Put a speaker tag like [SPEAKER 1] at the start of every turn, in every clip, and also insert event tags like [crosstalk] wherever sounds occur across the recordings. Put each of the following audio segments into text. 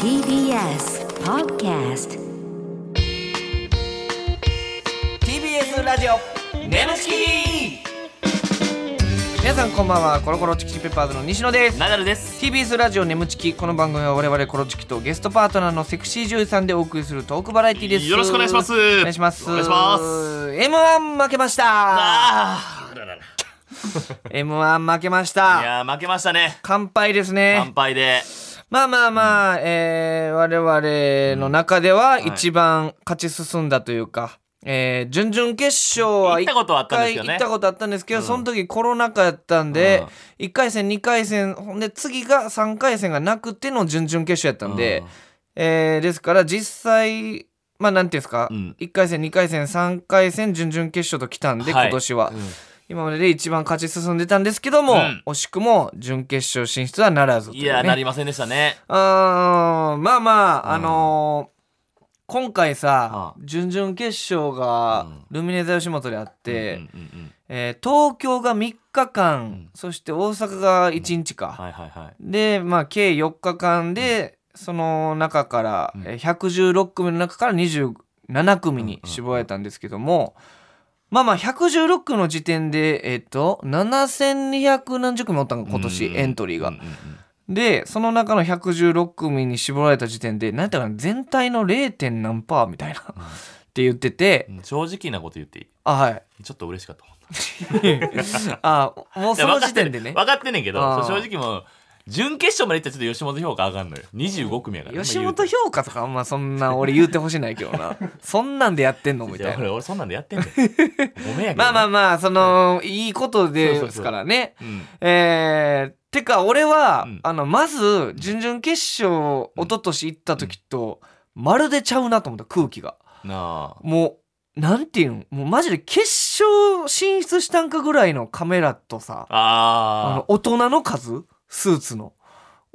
[SPEAKER 1] TBS Podcast
[SPEAKER 2] TBS ラジオ
[SPEAKER 3] ネムチキ
[SPEAKER 2] 皆さんこんばんはコロコロチキチキペッパーズの西野です
[SPEAKER 3] ナダルです。
[SPEAKER 2] TBS ラジオ眠ちきこの番組は我々コロチキとゲストパートナーのセクシー女優さんでお送りするトークバラエティです
[SPEAKER 3] よろしくお願いします
[SPEAKER 2] お願いします
[SPEAKER 3] お願いします
[SPEAKER 2] M1 負けました
[SPEAKER 3] ああららら
[SPEAKER 2] M1 負けまし
[SPEAKER 3] い
[SPEAKER 2] た
[SPEAKER 3] やー負けましたね。
[SPEAKER 2] 乾杯ですね
[SPEAKER 3] 乾杯で。
[SPEAKER 2] まあまあまあ、えー我々の中では一番勝ち進んだというか、えー準々決勝は
[SPEAKER 3] 行ったことはあったんです
[SPEAKER 2] 一
[SPEAKER 3] よ
[SPEAKER 2] 回
[SPEAKER 3] ね
[SPEAKER 2] 行ったことあったんですけど、その時コロナ禍やったんで
[SPEAKER 3] うん、
[SPEAKER 2] 一1回戦2回戦ほんで次が3回戦がなくての準々決勝やったんで、
[SPEAKER 3] うん
[SPEAKER 2] えーですから実際まあなんていうんですか、
[SPEAKER 3] うん
[SPEAKER 2] 1回戦2回戦3回戦準々決勝と来たんで、
[SPEAKER 3] はい
[SPEAKER 2] 今年は、
[SPEAKER 3] うん
[SPEAKER 2] 今までで一番勝ち進んでたんですけども、
[SPEAKER 3] うん
[SPEAKER 2] 惜しくも準決勝進出はならずという、ね、
[SPEAKER 3] いやーなりませんでしたね。
[SPEAKER 2] うーんまあまあ、あのー今回さ、
[SPEAKER 3] う
[SPEAKER 2] 準々決勝がルミネ座吉本であって、
[SPEAKER 3] うんうんうん
[SPEAKER 2] えー東京が3日間、そして大阪が1日か、
[SPEAKER 3] はいはいはい。
[SPEAKER 2] で、まあ、計4日間で、その中から、えー116組の中から27組に絞られたんですけども、まあまあ116組の時点で、えっと7200何十組おったんか今年、
[SPEAKER 3] うん
[SPEAKER 2] エントリーが。
[SPEAKER 3] うんうんうん
[SPEAKER 2] でその中の116組に絞られた時点で何ていうかな全体の 0. 何パーみたいなって言ってて、
[SPEAKER 3] うん正直なこと言っていい。
[SPEAKER 2] あはい
[SPEAKER 3] ちょっと嬉しかった。
[SPEAKER 2] あもうそ
[SPEAKER 3] い
[SPEAKER 2] の
[SPEAKER 3] や分か
[SPEAKER 2] 時
[SPEAKER 3] って
[SPEAKER 2] 点でね
[SPEAKER 3] 分かってんねんけど、
[SPEAKER 2] あー
[SPEAKER 3] そう正直もう準決勝まで行ったらちょっと吉本評価上がんのよ。25組やから。
[SPEAKER 2] 吉本評価とかあんまそんな俺言うてほしないけど
[SPEAKER 3] [laughs]
[SPEAKER 2] なそんなんでやってんのみ
[SPEAKER 3] 価
[SPEAKER 2] たいな
[SPEAKER 3] 俺俺そんなんでやってん
[SPEAKER 2] [laughs]
[SPEAKER 3] ねん。ごめんやけど。
[SPEAKER 2] まあまあまあその、い、いこと
[SPEAKER 3] そうそう
[SPEAKER 2] で
[SPEAKER 3] そう
[SPEAKER 2] すからね
[SPEAKER 3] うん。
[SPEAKER 2] えー、てか俺は、
[SPEAKER 3] うん
[SPEAKER 2] あのまず準々決勝一昨年行った時と、まるでちゃうなと思った空気が。
[SPEAKER 3] なあ。
[SPEAKER 2] もう、なんていうんもうマジで決勝進出したんかぐらいのカメラとさ、あ
[SPEAKER 3] あ
[SPEAKER 2] の、大人の数スーツの。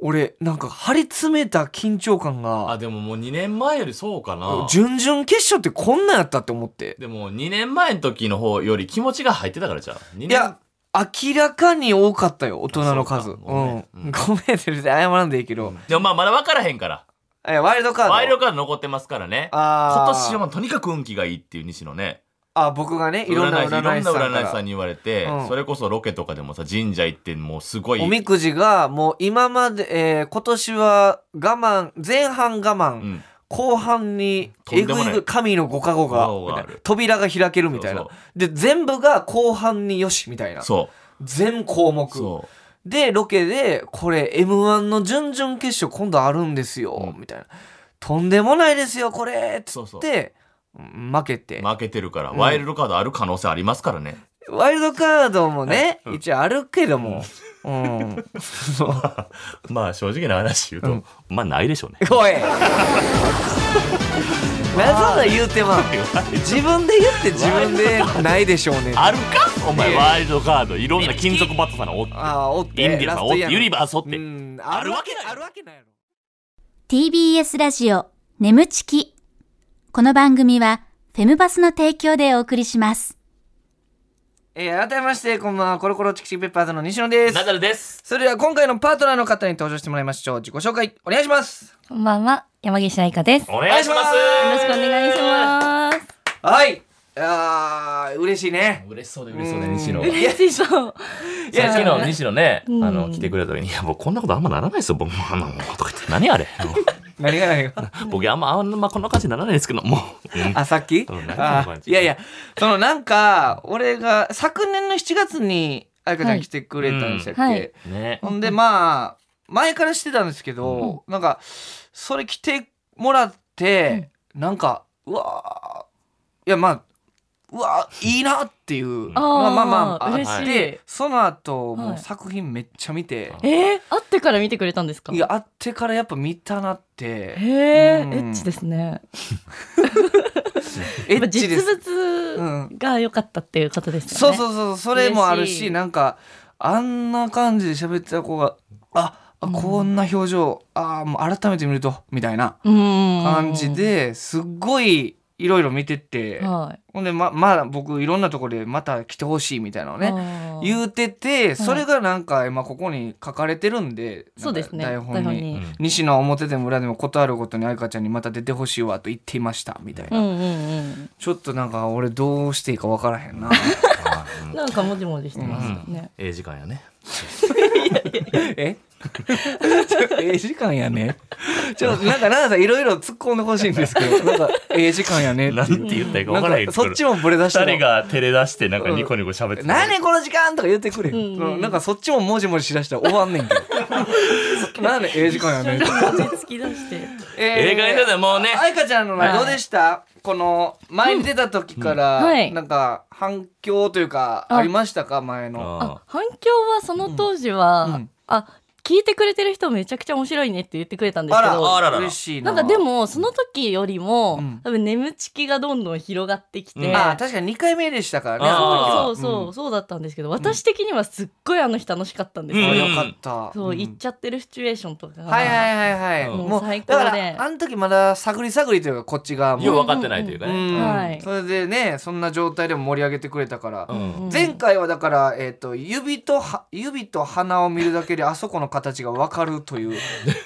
[SPEAKER 2] 俺、なんか張り詰めた緊張感
[SPEAKER 3] あ。あ
[SPEAKER 2] が、
[SPEAKER 3] でももう2年前よりそうかな。
[SPEAKER 2] 準々決勝ってこんなんやったって思って。
[SPEAKER 3] でも2年前の時の方より気持ちが入ってたからじゃん。い
[SPEAKER 2] いや、明らかに多かったよ、大人の数。
[SPEAKER 3] あ
[SPEAKER 2] う
[SPEAKER 3] そ
[SPEAKER 2] ん。
[SPEAKER 3] うか
[SPEAKER 2] ご
[SPEAKER 3] ごめ
[SPEAKER 2] めん
[SPEAKER 3] ん、うん
[SPEAKER 2] 別に謝らんでいいけど。
[SPEAKER 3] でもまあまだ分からへんから。
[SPEAKER 2] え、ワイルドカード。
[SPEAKER 3] ワイルドカード残ってますからね。
[SPEAKER 2] あー
[SPEAKER 3] 今年はもうとにかく運気がいいっていう西野ね。
[SPEAKER 2] あ、僕がね、いろんな占い師さ
[SPEAKER 3] いろ
[SPEAKER 2] ん
[SPEAKER 3] ん
[SPEAKER 2] か
[SPEAKER 3] な占い師さ
[SPEAKER 2] ら
[SPEAKER 3] ん。に言われて、
[SPEAKER 2] うん
[SPEAKER 3] それこそロケとかでもさ、神社行ってもうすごい。
[SPEAKER 2] おみくじがもう今まで、えー今年は我慢前半我慢、
[SPEAKER 3] うん
[SPEAKER 2] 後半に
[SPEAKER 3] と
[SPEAKER 2] え
[SPEAKER 3] んでも
[SPEAKER 2] ぐ
[SPEAKER 3] ない
[SPEAKER 2] いぐ神のご加護が
[SPEAKER 3] ご加護がある
[SPEAKER 2] みたいな扉が開けるみたいな
[SPEAKER 3] そうそ
[SPEAKER 2] で全部が後半によしみたいな
[SPEAKER 3] そ
[SPEAKER 2] 全項目
[SPEAKER 3] う。そ
[SPEAKER 2] でロケでこれ m 1の準々決勝今度あるんですよ、みたいなとんでもないですよこれっつって
[SPEAKER 3] そうそう
[SPEAKER 2] 負けて
[SPEAKER 3] う。負けてるから、
[SPEAKER 2] ん
[SPEAKER 3] ワイルドカードある可能性ありますからね。
[SPEAKER 2] ワイルドカードもね、
[SPEAKER 3] うん
[SPEAKER 2] 一応あるけども、うん、
[SPEAKER 3] まあ正直な話言うと、まあないでしょうね。 [laughs]
[SPEAKER 2] おいなんでそんなん言うてまう自分で言って自分でないでしょうね
[SPEAKER 3] あるかお前、
[SPEAKER 2] ええ
[SPEAKER 3] ワイルドカード、いろんな金属バットさんのおって。
[SPEAKER 2] ああおって
[SPEAKER 3] インディアンさんおっ
[SPEAKER 2] ラスト
[SPEAKER 3] て、
[SPEAKER 2] イヤーの
[SPEAKER 3] ユニバースおって。
[SPEAKER 2] うん
[SPEAKER 3] あるわけない
[SPEAKER 2] あるわけないやろ
[SPEAKER 4] TBS ラジオ眠ちきこの番組はフェムバスの提供でお送りします
[SPEAKER 2] えー、改めましてこんばんはコロコロチキチキペッパーズの西野です
[SPEAKER 3] ナダルです。
[SPEAKER 2] それでは今回のパートナーの方に登場してもらいましょう自己紹介お願いします
[SPEAKER 5] こんばんは、山岸愛香です。よ
[SPEAKER 3] お願いします。
[SPEAKER 2] よ
[SPEAKER 5] ろしくお願いします。
[SPEAKER 2] はいあー嬉しいね
[SPEAKER 3] す。嬉しそうで嬉しそうで西野が。
[SPEAKER 2] いや
[SPEAKER 5] 嬉しそう。
[SPEAKER 2] いや
[SPEAKER 3] さっき
[SPEAKER 2] そ
[SPEAKER 3] の
[SPEAKER 2] う
[SPEAKER 3] 西野ね、
[SPEAKER 5] うん
[SPEAKER 3] あの来てくれた時に「いや僕こんなことあんまならないですよ僕もあのもう」とか言って「何あれ
[SPEAKER 2] 何が何
[SPEAKER 3] [laughs]
[SPEAKER 2] が
[SPEAKER 3] 僕あんまあんまこんな感じにならないですけどもう、うん
[SPEAKER 2] あさっき
[SPEAKER 3] うん何
[SPEAKER 2] あ
[SPEAKER 3] この感じ
[SPEAKER 2] いやいやそのなんか俺が昨年の7月に愛香ちゃん来てくれたんでしたっけ、
[SPEAKER 5] はいはい
[SPEAKER 3] ね
[SPEAKER 2] ほんでまあ前からしてたんですけど、なんかそれ来てもらって、なんかうわーいやまあうわーいいなっていうまあまあまあ
[SPEAKER 5] 嬉
[SPEAKER 2] あっ
[SPEAKER 5] しい
[SPEAKER 2] てその後も
[SPEAKER 5] は
[SPEAKER 2] う
[SPEAKER 5] い
[SPEAKER 2] 作品めっちゃ見て、
[SPEAKER 3] あ
[SPEAKER 5] えー、会ってから見てくれたんですか
[SPEAKER 2] い、やあってからやっぱ見たなっ
[SPEAKER 5] え
[SPEAKER 2] て
[SPEAKER 5] ー、
[SPEAKER 2] うん
[SPEAKER 5] エッチですね。
[SPEAKER 2] エッチ
[SPEAKER 5] 実
[SPEAKER 2] です
[SPEAKER 5] 物が良かったっていうことです
[SPEAKER 2] そう
[SPEAKER 5] よね。
[SPEAKER 2] そうそうそれもあるし
[SPEAKER 5] 嬉しい
[SPEAKER 2] なんかあんな感じで喋ってた子がああこんな表情、ああもう改めて見るとみたいな
[SPEAKER 5] う。ん。
[SPEAKER 2] 感じ。ですっごいいろいろ見てって、
[SPEAKER 5] はい
[SPEAKER 2] ほんでままあ僕いろんなところでまた来てほしいみたいなのをね
[SPEAKER 5] あー
[SPEAKER 2] 言うててそれがなんか今ここに書かれてるんで
[SPEAKER 5] そうですね
[SPEAKER 2] なんか台本に。
[SPEAKER 3] うん
[SPEAKER 2] 西野は表でも裏でもことあるごとに愛花ちゃんにまた出てほしいわと言っていましたみたいうな、
[SPEAKER 5] んうん
[SPEAKER 2] ちょっとなんか俺どうしていいか分からへんな
[SPEAKER 3] あーう
[SPEAKER 5] うんんなんかもじもじしてますね、
[SPEAKER 3] ええ時間やね。
[SPEAKER 2] えちょええ時間やねちょなんか奈々さんいろいろ突っ込んでほしいんですけどなんかええ時間やねって
[SPEAKER 3] ない
[SPEAKER 2] うん
[SPEAKER 3] て言ったらいいか分からへん
[SPEAKER 2] なんか
[SPEAKER 3] けど。
[SPEAKER 2] そっちもブレ出して
[SPEAKER 3] 誰が照れ出してなんかニコニコ喋って
[SPEAKER 2] 何やねんこの時間とか言ってくれ、
[SPEAKER 5] んうん
[SPEAKER 2] そのなんかそっちももじもじしだしたら終わんねんけど
[SPEAKER 5] [laughs]
[SPEAKER 2] なんでええ時間やねん
[SPEAKER 5] 突き出して
[SPEAKER 3] 映画や
[SPEAKER 2] だ
[SPEAKER 3] でもうね
[SPEAKER 2] 愛花ちゃんのは
[SPEAKER 5] はい
[SPEAKER 2] どうでした、この前に出た時から、
[SPEAKER 5] うんはい
[SPEAKER 2] なんか反響というか
[SPEAKER 5] あ
[SPEAKER 2] ありましたか前の
[SPEAKER 3] あ
[SPEAKER 5] 反響はその当時は、
[SPEAKER 2] うんうん
[SPEAKER 5] あ聞いてくれてる人めちゃくちゃ面白いねって言ってくれたんです
[SPEAKER 2] あ
[SPEAKER 5] け
[SPEAKER 2] ら
[SPEAKER 5] ど
[SPEAKER 3] あららら
[SPEAKER 2] 嬉しい
[SPEAKER 5] な
[SPEAKER 2] なん
[SPEAKER 5] かでもその時よりも、
[SPEAKER 2] うん
[SPEAKER 5] 多分眠ちきがどんどん広がってきて、
[SPEAKER 3] うん
[SPEAKER 2] あ確かに2回目でしたからね
[SPEAKER 3] あー
[SPEAKER 5] そうそうそう、そうだったんですけど私的にはすっごいあの日楽しかったんです
[SPEAKER 2] あ
[SPEAKER 5] よ、
[SPEAKER 3] うん
[SPEAKER 2] よかった
[SPEAKER 5] そう、
[SPEAKER 2] ん
[SPEAKER 5] 行っちゃってるシチュエーションとかが、
[SPEAKER 2] はいはいはいはい、
[SPEAKER 3] うん
[SPEAKER 2] も
[SPEAKER 5] も
[SPEAKER 2] う
[SPEAKER 5] う最高
[SPEAKER 2] だ
[SPEAKER 5] で
[SPEAKER 2] からあの時まだ探り探りというかこっち側
[SPEAKER 3] ー
[SPEAKER 2] も
[SPEAKER 3] よう分かってないというか
[SPEAKER 2] う
[SPEAKER 3] ね。
[SPEAKER 2] ん
[SPEAKER 5] はい
[SPEAKER 2] それでねそんな状態でも盛り上げてくれたから、
[SPEAKER 3] うん
[SPEAKER 5] うん
[SPEAKER 2] 前回はだから、えー、と指とは指と鼻を見るだけであそこの形が分かると
[SPEAKER 5] [laughs]
[SPEAKER 2] いう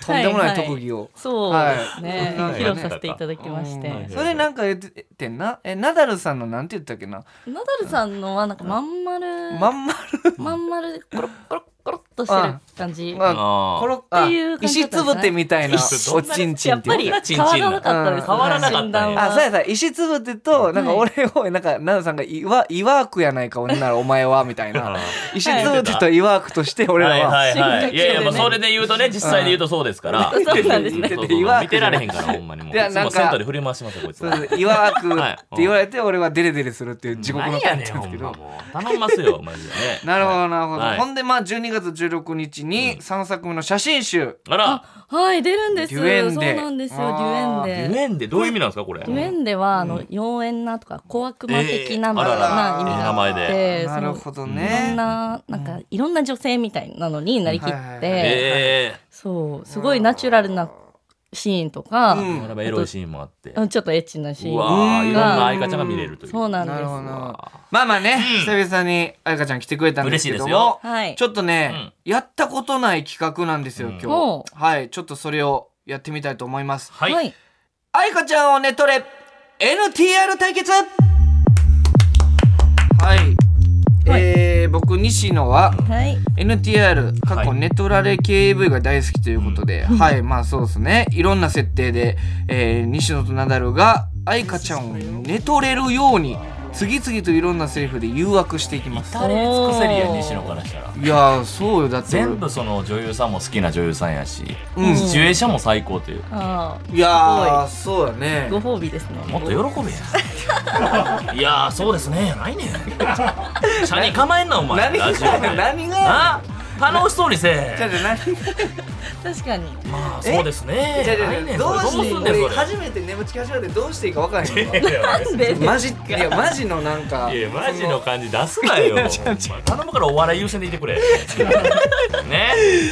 [SPEAKER 2] とんでもない特技を。
[SPEAKER 5] そうですね、
[SPEAKER 2] はい
[SPEAKER 5] 披露させていただきまして、
[SPEAKER 2] うんそれなんか言ってんなえナダルさんのなんて言ったっけな
[SPEAKER 5] ナダルさんのはなんかまん丸、
[SPEAKER 2] まんま
[SPEAKER 5] まん丸コロッコロッコロッとしてる感じ、
[SPEAKER 2] ま
[SPEAKER 3] あー
[SPEAKER 2] コロッあ
[SPEAKER 5] っていう感
[SPEAKER 2] 石
[SPEAKER 5] じだっ
[SPEAKER 2] つ
[SPEAKER 5] たんじゃない
[SPEAKER 2] ぶてみたいな
[SPEAKER 3] 石
[SPEAKER 2] おちんちん
[SPEAKER 5] や
[SPEAKER 2] っ
[SPEAKER 5] って
[SPEAKER 2] 言
[SPEAKER 5] ぱ
[SPEAKER 2] って
[SPEAKER 5] り
[SPEAKER 2] た
[SPEAKER 5] 変わらなかったです、ね、
[SPEAKER 2] 変わら
[SPEAKER 3] なかったんや
[SPEAKER 5] 診断は
[SPEAKER 2] あそうやさ石つぶてとなんか俺をなんかナダルさんがいわいわーくやないか女ならお前はみたい
[SPEAKER 3] [laughs]
[SPEAKER 2] な石つぶてといわーくとして俺ら
[SPEAKER 3] はい
[SPEAKER 2] は
[SPEAKER 3] はいは
[SPEAKER 5] 進化系で
[SPEAKER 3] い。
[SPEAKER 5] ね
[SPEAKER 3] いやいや、もうそれで言うとね、実際で言うとそうですから。
[SPEAKER 5] うんそうなんですね
[SPEAKER 3] そうそうそう見てられへんから、ほんまにもう。
[SPEAKER 2] いや
[SPEAKER 3] いつ
[SPEAKER 2] なんか
[SPEAKER 3] もセンターで振り回してますよ、こいつ
[SPEAKER 2] そう
[SPEAKER 3] は。
[SPEAKER 2] そういわーく
[SPEAKER 3] はい
[SPEAKER 2] って言われて俺はデレデレするっていう地獄の
[SPEAKER 3] 何
[SPEAKER 2] 感
[SPEAKER 3] や
[SPEAKER 2] じ
[SPEAKER 3] ねん、
[SPEAKER 2] なんです
[SPEAKER 3] ほん
[SPEAKER 2] け
[SPEAKER 3] ま
[SPEAKER 2] ど。
[SPEAKER 3] もう。頼んますよ、マジでね。
[SPEAKER 2] なるほどなるほど、
[SPEAKER 3] はい
[SPEAKER 2] ほんでまあ12月16日に3作目の写真集
[SPEAKER 3] あら、
[SPEAKER 5] はい出るんです
[SPEAKER 2] デュエンで
[SPEAKER 5] そうなんですよデ
[SPEAKER 2] あー
[SPEAKER 5] ュ
[SPEAKER 3] デ
[SPEAKER 5] エン
[SPEAKER 3] ュ
[SPEAKER 5] で
[SPEAKER 3] エンでどういう意味なんですか、これ。
[SPEAKER 5] デュエンでは、あの妖艶なとか小悪魔的な
[SPEAKER 3] えー
[SPEAKER 5] みたいな意味があっ
[SPEAKER 3] あらら
[SPEAKER 5] て、
[SPEAKER 3] え
[SPEAKER 5] そ
[SPEAKER 2] なる
[SPEAKER 5] の
[SPEAKER 2] ほど
[SPEAKER 5] いろん
[SPEAKER 2] ね
[SPEAKER 5] ななんかいろんな女性みたいなのになりきって、
[SPEAKER 2] はいはいはい
[SPEAKER 3] え
[SPEAKER 5] そうすごいナチュラルなシーンとか、
[SPEAKER 2] う
[SPEAKER 3] え
[SPEAKER 2] ん
[SPEAKER 3] ならばエロいシーンもあって。
[SPEAKER 5] うんちょっとエッチなシーン
[SPEAKER 3] うわ
[SPEAKER 2] うん
[SPEAKER 3] ー、いろんな愛花ちゃんが見れるという。
[SPEAKER 5] そうなんで
[SPEAKER 2] な
[SPEAKER 5] す
[SPEAKER 2] るほど
[SPEAKER 5] よ
[SPEAKER 2] なるほど
[SPEAKER 3] わあ
[SPEAKER 2] まあまあね、久々に愛花ちゃん来てくれたんですけども
[SPEAKER 3] 嬉
[SPEAKER 5] はい
[SPEAKER 2] ちょっとね、やったことない企画なんですよ
[SPEAKER 3] うん
[SPEAKER 2] 今
[SPEAKER 5] ほ
[SPEAKER 2] 日、はいちょっとそれをやってみたいと思います
[SPEAKER 3] はい。
[SPEAKER 5] はい
[SPEAKER 2] 愛花ちゃんをネトレ NTR 対決はい、えー、僕西野は、
[SPEAKER 5] はい、
[SPEAKER 2] NTR 過去
[SPEAKER 3] はい
[SPEAKER 2] ネトラレ KAV が大好きということで、はい、まあそうですねいろんな設定で、えー西野とナダルが愛花ちゃんを寝取れるように次々といろんなセリフで誘惑していきます
[SPEAKER 3] 至れ尽くせりや、西野からしたら。
[SPEAKER 2] いやーそうよだって
[SPEAKER 3] 全部その女優さんも好きな女優さんやし、
[SPEAKER 2] うん
[SPEAKER 3] シチュエーションも最高という。
[SPEAKER 5] あ
[SPEAKER 2] いやーそうやね
[SPEAKER 5] ーご褒美ですね
[SPEAKER 3] もっと喜べや。いやー、そうですね。ないねん。社に構えんな、お前。
[SPEAKER 2] 何が
[SPEAKER 3] ラジオで
[SPEAKER 2] 何が
[SPEAKER 3] な楽しそうにせ
[SPEAKER 2] じゃ
[SPEAKER 3] え。
[SPEAKER 2] じゃ何 [laughs]
[SPEAKER 5] 確かに
[SPEAKER 3] まあ、そうですね。
[SPEAKER 2] じゃじ
[SPEAKER 3] ないね
[SPEAKER 2] ゃ
[SPEAKER 3] ん
[SPEAKER 2] どう
[SPEAKER 3] そ
[SPEAKER 2] して
[SPEAKER 3] れどうすんねん、
[SPEAKER 2] 俺
[SPEAKER 3] それ。
[SPEAKER 2] 初めて眠ちき始めてどうしていいか分からへん
[SPEAKER 3] [laughs]
[SPEAKER 2] わ
[SPEAKER 5] なんで
[SPEAKER 2] マジいやマジのなんか
[SPEAKER 3] いやマジの感じ出すなよ。
[SPEAKER 2] [laughs]
[SPEAKER 3] 頼むからお笑い優先でいてくれ。ね、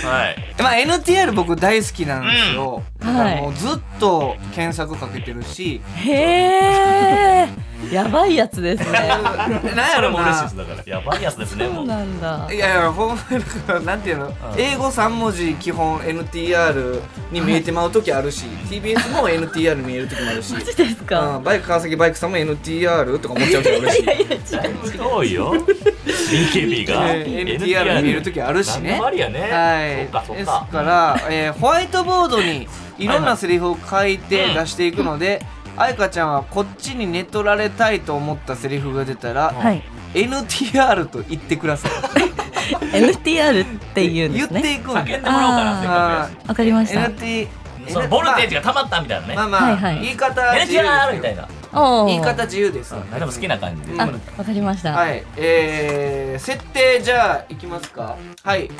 [SPEAKER 3] はい。
[SPEAKER 2] まあ、NTR 僕大好きなんですよ、
[SPEAKER 5] うん
[SPEAKER 2] だからもうずっと検索かけてるし、
[SPEAKER 5] へえやばいやつですね
[SPEAKER 2] なんや
[SPEAKER 3] それ
[SPEAKER 2] ろ
[SPEAKER 3] も嬉しい
[SPEAKER 2] な
[SPEAKER 3] ですだから。やばいやつですね。
[SPEAKER 5] そ
[SPEAKER 3] も
[SPEAKER 5] う
[SPEAKER 3] う
[SPEAKER 5] なんだ
[SPEAKER 2] いやいやほんまにだからなんていうの、英語3文字基本 NTR に見えてまう時あるし TBS も NTR に見える時もあるし、
[SPEAKER 5] マジですか、
[SPEAKER 2] うんバイク川崎バイクさんも NTR とか思っちゃう時あるし
[SPEAKER 5] いやいや違う
[SPEAKER 3] 遠いよ。BKB が
[SPEAKER 2] えー NTR に見える時あるしね
[SPEAKER 3] 何でもありやね。
[SPEAKER 2] はい、
[SPEAKER 3] そっかそっ
[SPEAKER 2] です
[SPEAKER 3] か。
[SPEAKER 2] から、えーホワイトボードにいろんなセリフを書いて
[SPEAKER 3] はいはい
[SPEAKER 2] 出していくので、愛花ちゃんはこっちに寝取られたいと思ったセリフが出たら、
[SPEAKER 5] はい
[SPEAKER 2] NTR と言ってください
[SPEAKER 5] NTR っていうんで
[SPEAKER 2] 言っ
[SPEAKER 5] すね
[SPEAKER 2] ていくん
[SPEAKER 3] 叫んで
[SPEAKER 2] で
[SPEAKER 3] もらおうかなせっかくやし
[SPEAKER 5] わかりました
[SPEAKER 2] NT
[SPEAKER 3] そのボルテージが溜まったみたいなね。
[SPEAKER 2] まあまあ、
[SPEAKER 5] はいはい
[SPEAKER 2] 言い方自由
[SPEAKER 3] NTR み
[SPEAKER 2] です
[SPEAKER 3] た
[SPEAKER 2] よ
[SPEAKER 3] いな。
[SPEAKER 5] おー
[SPEAKER 2] 言い方自由です、
[SPEAKER 3] でも好きな感じで。
[SPEAKER 5] あわかりました、
[SPEAKER 2] はいえー、設定じゃあいきますかはい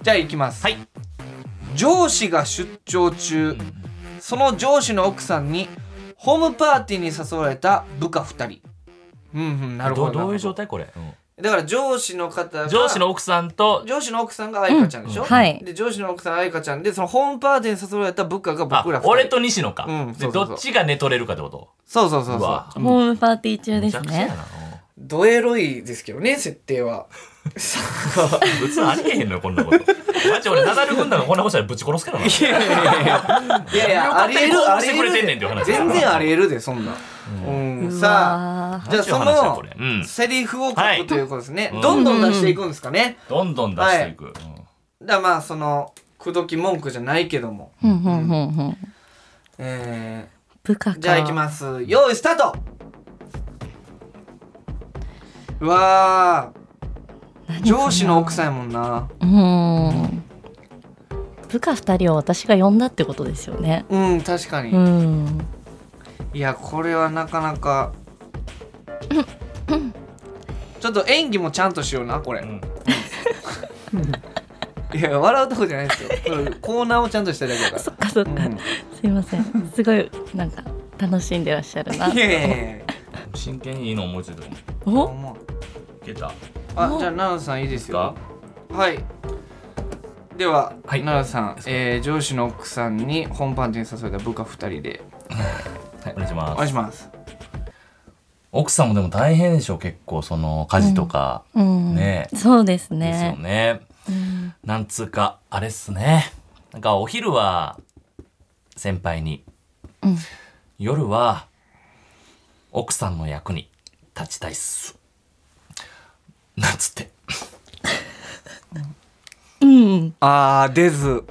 [SPEAKER 2] じゃあいきます、
[SPEAKER 3] はい
[SPEAKER 2] 上司が出張中、その上司の奥さんにホームパーティーに誘われた部下2人うんうんなるほど
[SPEAKER 3] どういう状
[SPEAKER 2] 態
[SPEAKER 3] 態これ。
[SPEAKER 2] だから上司の方が
[SPEAKER 3] 上司の奥さんと
[SPEAKER 2] 上司の奥さんが愛花ちゃんでしょ、
[SPEAKER 5] うんはい
[SPEAKER 2] で上司の奥さんが愛花ちゃんでそのホームパーティーに誘われた部下が
[SPEAKER 3] あ
[SPEAKER 2] 僕ら二人
[SPEAKER 3] 俺と西野か、
[SPEAKER 2] うん
[SPEAKER 3] で
[SPEAKER 2] そうそうそう
[SPEAKER 3] どっちが寝取れるかってこと
[SPEAKER 2] そうそうそう
[SPEAKER 3] うわ
[SPEAKER 2] そう
[SPEAKER 5] ホームパーティー中で
[SPEAKER 3] めち
[SPEAKER 5] す
[SPEAKER 3] ゃくちゃや
[SPEAKER 5] ね。
[SPEAKER 3] な
[SPEAKER 2] ドエロいですけどね設定は
[SPEAKER 3] うん普通ありえへんのよこんなことマジ俺ナダル軍団がこんなことしたらぶち殺すからない
[SPEAKER 2] やいやいやいやいやいやありえ
[SPEAKER 3] よ
[SPEAKER 2] る
[SPEAKER 3] か
[SPEAKER 2] あ
[SPEAKER 3] った
[SPEAKER 2] り
[SPEAKER 3] よ
[SPEAKER 2] える
[SPEAKER 3] こうしてくれてんねんっていう話
[SPEAKER 2] 全然ありえるでそんな、うんさあ
[SPEAKER 5] あ
[SPEAKER 2] じゃあそ
[SPEAKER 3] 話や
[SPEAKER 2] の
[SPEAKER 3] これうん
[SPEAKER 2] セリフを書
[SPEAKER 3] は
[SPEAKER 2] く
[SPEAKER 3] い
[SPEAKER 2] ということですね、
[SPEAKER 3] うん
[SPEAKER 2] どんどん出していくんですかね、
[SPEAKER 3] どんどん出していく、
[SPEAKER 2] だからまあその口説き文句じゃないけども、
[SPEAKER 5] ふんふんふんふん。
[SPEAKER 2] え
[SPEAKER 5] 部下
[SPEAKER 2] ー
[SPEAKER 5] か。
[SPEAKER 2] じゃあいきます用意スタートうわー上司の奥さんやもんな
[SPEAKER 5] うーん。部下二人を私が呼んだってことですよね。
[SPEAKER 2] うん確かに、
[SPEAKER 5] うん。
[SPEAKER 2] いやこれはなかな [laughs] かちょっと演技もちゃんとしようなこれ、
[SPEAKER 3] うんうん
[SPEAKER 2] いや笑うとこじゃないですよこれコーナーをちゃんとしたいだけだか
[SPEAKER 5] そっかそっか。
[SPEAKER 2] ら、うん、い
[SPEAKER 5] すいません。すごいなんか楽しんでらっしゃるな。
[SPEAKER 2] やいやいや
[SPEAKER 3] 真剣にいいの思いついてるい
[SPEAKER 5] お、
[SPEAKER 2] 思う
[SPEAKER 3] けた
[SPEAKER 2] あじゃあ奈良さんいいですよ
[SPEAKER 3] か
[SPEAKER 2] はい。では、
[SPEAKER 3] はい
[SPEAKER 2] 奈良さん、えー上司の奥さんに本番店に誘われた部下二人で
[SPEAKER 3] はいお願いします
[SPEAKER 2] お願いします。
[SPEAKER 3] 奥さんもでも大変でしょ結構その家事とか、
[SPEAKER 5] うん。
[SPEAKER 3] ねえ
[SPEAKER 5] そうですね。
[SPEAKER 3] ですよね、なんつうかあれっすねなんかお昼は先輩に、
[SPEAKER 5] ん
[SPEAKER 3] 夜は奥さんの役に立ちたいっすなんつって
[SPEAKER 5] うん。
[SPEAKER 2] あー出
[SPEAKER 3] [laughs]
[SPEAKER 2] ず。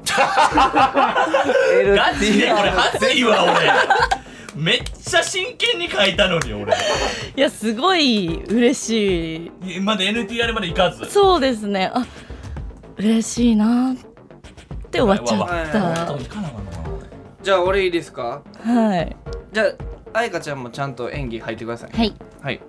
[SPEAKER 3] ガチでこれ恥ずいわ [laughs] 俺めっちゃ真剣に書いたのに俺
[SPEAKER 5] いやすごい嬉しい。
[SPEAKER 3] まだ NTR まで行かず
[SPEAKER 5] そうですね。あ、嬉しいなって終わっちゃ
[SPEAKER 2] は
[SPEAKER 5] っ
[SPEAKER 3] 行かなあかんのかな俺
[SPEAKER 2] じゃあ俺いいですか。
[SPEAKER 5] た。はい。
[SPEAKER 2] じゃあ愛花ちゃんもちゃんと演技入ってください。
[SPEAKER 4] はい。
[SPEAKER 2] はい。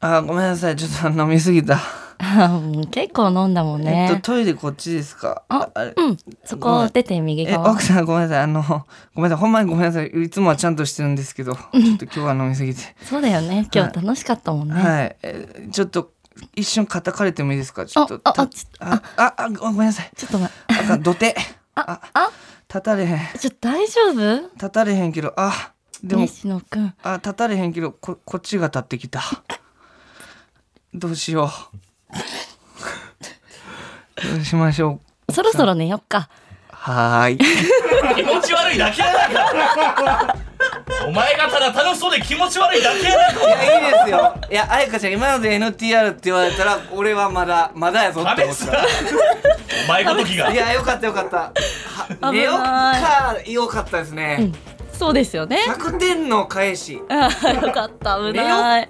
[SPEAKER 2] あーごめんなさいちょっと飲みすぎた。
[SPEAKER 5] あうん結構飲んだもん
[SPEAKER 2] えっと
[SPEAKER 5] ね。
[SPEAKER 2] トイレこっちですか。
[SPEAKER 5] あ
[SPEAKER 2] れ
[SPEAKER 5] うん。そこ出て右
[SPEAKER 2] え
[SPEAKER 5] 側
[SPEAKER 2] 奥。さんごめんなさいあの [laughs] ごめんなさいほんまにごめんなさいいつもはちゃんとしてるんですけどちょっと今日は飲みすぎて。
[SPEAKER 5] そうだよね。今日楽しかったもんね。
[SPEAKER 2] はい、えーちょっと一瞬叩かれてもいいですか。ちょっと
[SPEAKER 5] ああ
[SPEAKER 2] た
[SPEAKER 5] あち
[SPEAKER 2] あああごめんなさい。
[SPEAKER 5] ちょっとま、
[SPEAKER 2] あかん土手。あ
[SPEAKER 5] あ、
[SPEAKER 2] 立たれへん
[SPEAKER 5] ちょっと大丈夫？
[SPEAKER 2] 立たれへんけどあでも
[SPEAKER 5] 西野くん。
[SPEAKER 2] あ立たれへんけどここっちが立ってきた。どうしよう。どうしましょう。
[SPEAKER 5] そろそろ寝よっか。
[SPEAKER 2] はーい。
[SPEAKER 3] [laughs] 気持ち悪いだけやないかお前がただ楽しそうで気持ち悪いだけやない [laughs] か
[SPEAKER 2] いやいいですよ。いや愛花ちゃん今ので NTR って言われたら俺はまだまだやぞっ
[SPEAKER 3] ダ
[SPEAKER 2] て
[SPEAKER 3] メ
[SPEAKER 2] 思
[SPEAKER 3] っ
[SPEAKER 2] って
[SPEAKER 3] す
[SPEAKER 2] た
[SPEAKER 3] な。 [laughs] お前ごときが
[SPEAKER 2] いやよかったよかった。は
[SPEAKER 5] 危ない
[SPEAKER 2] 寝よっかよかったですね。
[SPEAKER 5] そうですよね。
[SPEAKER 2] 100点の返し
[SPEAKER 5] あーよかった危ない。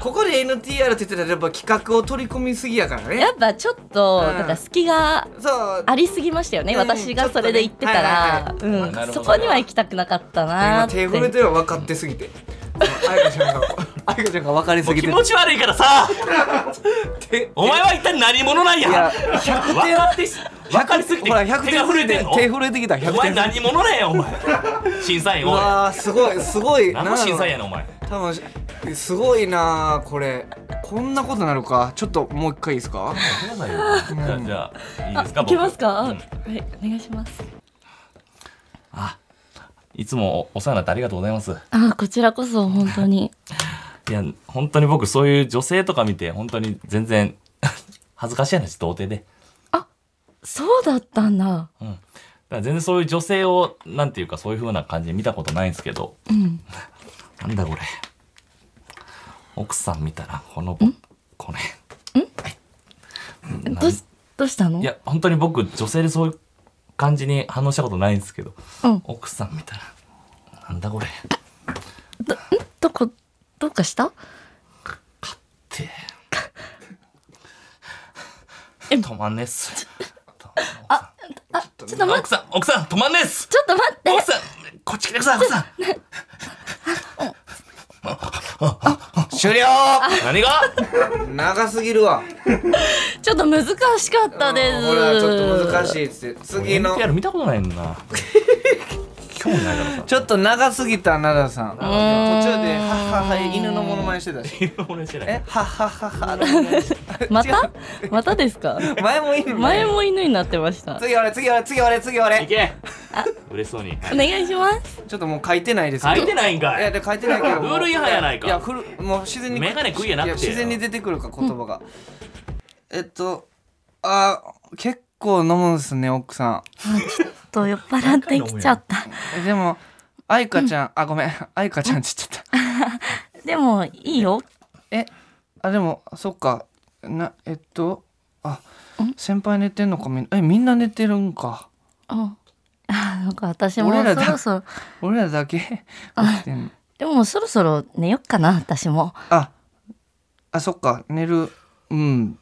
[SPEAKER 2] ここで NTR って言ってたらやっぱ企画を取り込みすぎやから
[SPEAKER 5] や
[SPEAKER 2] ね
[SPEAKER 5] っぱちょっと
[SPEAKER 2] うん
[SPEAKER 5] だから隙が
[SPEAKER 2] そう
[SPEAKER 5] ありすぎましたよ
[SPEAKER 2] う
[SPEAKER 5] ね。
[SPEAKER 2] ん
[SPEAKER 5] 私がそれで言ってたら、
[SPEAKER 2] ち
[SPEAKER 5] う
[SPEAKER 3] いはい
[SPEAKER 5] ん。そこには行きたくなかったなー
[SPEAKER 2] 今
[SPEAKER 5] って。
[SPEAKER 2] 手震えてるの分かってすぎて愛花ちゃんが愛花ちゃんが分かり
[SPEAKER 3] も
[SPEAKER 2] す
[SPEAKER 3] う
[SPEAKER 2] ぎ
[SPEAKER 3] 気
[SPEAKER 2] て
[SPEAKER 3] 持ち悪いからさ
[SPEAKER 2] 手
[SPEAKER 3] お前は一体何者なんや
[SPEAKER 2] いや
[SPEAKER 3] 分かってす分かりすぎて
[SPEAKER 2] ほら100
[SPEAKER 3] 手が
[SPEAKER 2] 点
[SPEAKER 3] 震
[SPEAKER 2] 震え
[SPEAKER 3] えて
[SPEAKER 2] て
[SPEAKER 3] んの
[SPEAKER 2] 手震えてきた100
[SPEAKER 3] お前
[SPEAKER 2] 点
[SPEAKER 3] 何者なんやお前審査員
[SPEAKER 2] う
[SPEAKER 3] おい
[SPEAKER 2] わーすごいすごい
[SPEAKER 3] 何の審査員やねんお前
[SPEAKER 2] 多分すごいなーこれこんなことなるかちょっともう一回いいですか
[SPEAKER 3] ごめんなさいよじゃあじゃあいいですか
[SPEAKER 5] 行きますか。
[SPEAKER 3] う
[SPEAKER 5] は
[SPEAKER 3] ん
[SPEAKER 5] いお願いします。
[SPEAKER 3] いつもお世話になってありがとうございます
[SPEAKER 5] あこちらこそ本当に。
[SPEAKER 3] いや本当に僕そういう女性とか見て本当に全然 [laughs] 恥ずかしい話童貞で
[SPEAKER 5] そうだったんだ。
[SPEAKER 3] うん、だから全然そういう女性をなんていうかそういう風な感じで見たことないんですけど、 [laughs] なんだこれ奥さん見たらこのぼこれ
[SPEAKER 5] どうしどうしたの？
[SPEAKER 3] いや本当に僕女性でそういう感じに反応したことないんですけど、
[SPEAKER 5] うん
[SPEAKER 3] 奥さん見たらなんだこれっ
[SPEAKER 5] どこどうかした？
[SPEAKER 3] て
[SPEAKER 5] え
[SPEAKER 3] 止まんねっす
[SPEAKER 5] ちょっと待っ
[SPEAKER 3] 奥さん奥さん止まんねっす
[SPEAKER 5] ちょっと待って。
[SPEAKER 3] 奥さんこっち来てください
[SPEAKER 2] [laughs]
[SPEAKER 3] 奥さん
[SPEAKER 2] 終了
[SPEAKER 3] 何が
[SPEAKER 2] 長すぎるわ
[SPEAKER 5] ちょっと難しかったです。
[SPEAKER 2] ほらちょっと難しいっつって次の [laughs]
[SPEAKER 3] NTR 見たことないんだな今日興味ないからさ。
[SPEAKER 2] ちょっと長すぎた奈良さん途
[SPEAKER 5] ーん
[SPEAKER 2] 中で「はっはっは」犬のモノマネしてたし
[SPEAKER 3] [laughs] 犬のモノマネして
[SPEAKER 2] 「
[SPEAKER 3] ない
[SPEAKER 2] えはっはっはっは」のモノマネして
[SPEAKER 5] また
[SPEAKER 2] 違
[SPEAKER 5] またです
[SPEAKER 2] [laughs]
[SPEAKER 5] か
[SPEAKER 2] う前も犬の
[SPEAKER 5] 前も犬になってました
[SPEAKER 2] 次俺次俺次俺次俺
[SPEAKER 3] いけ嬉しそうに。
[SPEAKER 5] お願いします
[SPEAKER 2] ちょっともう書いてないです
[SPEAKER 3] 書
[SPEAKER 2] けど
[SPEAKER 3] いてないんか
[SPEAKER 2] いや
[SPEAKER 3] い。
[SPEAKER 2] で書いてないけど
[SPEAKER 3] [laughs] ルール違反やないか
[SPEAKER 2] いやふるもう自然に
[SPEAKER 3] メガネ食いやなくて
[SPEAKER 2] や自然に出てくるか言葉が、えっとあ結構飲むんすね奥さん
[SPEAKER 4] と酔っ払ってきちゃった。
[SPEAKER 2] えでも愛花ちゃん、あごめん愛花ちゃんちっちゃった
[SPEAKER 5] でもいいよ
[SPEAKER 2] えあでもそっかなえっとあ先輩寝てんのかみんなえみんな寝てるんか
[SPEAKER 5] ああなんか私も
[SPEAKER 2] 俺ら
[SPEAKER 5] そ
[SPEAKER 2] だ
[SPEAKER 5] ろそろ
[SPEAKER 2] 俺らだけ [laughs] 起きてんの
[SPEAKER 5] でもそろそろ寝よっかな私も
[SPEAKER 2] ああそっか寝るうん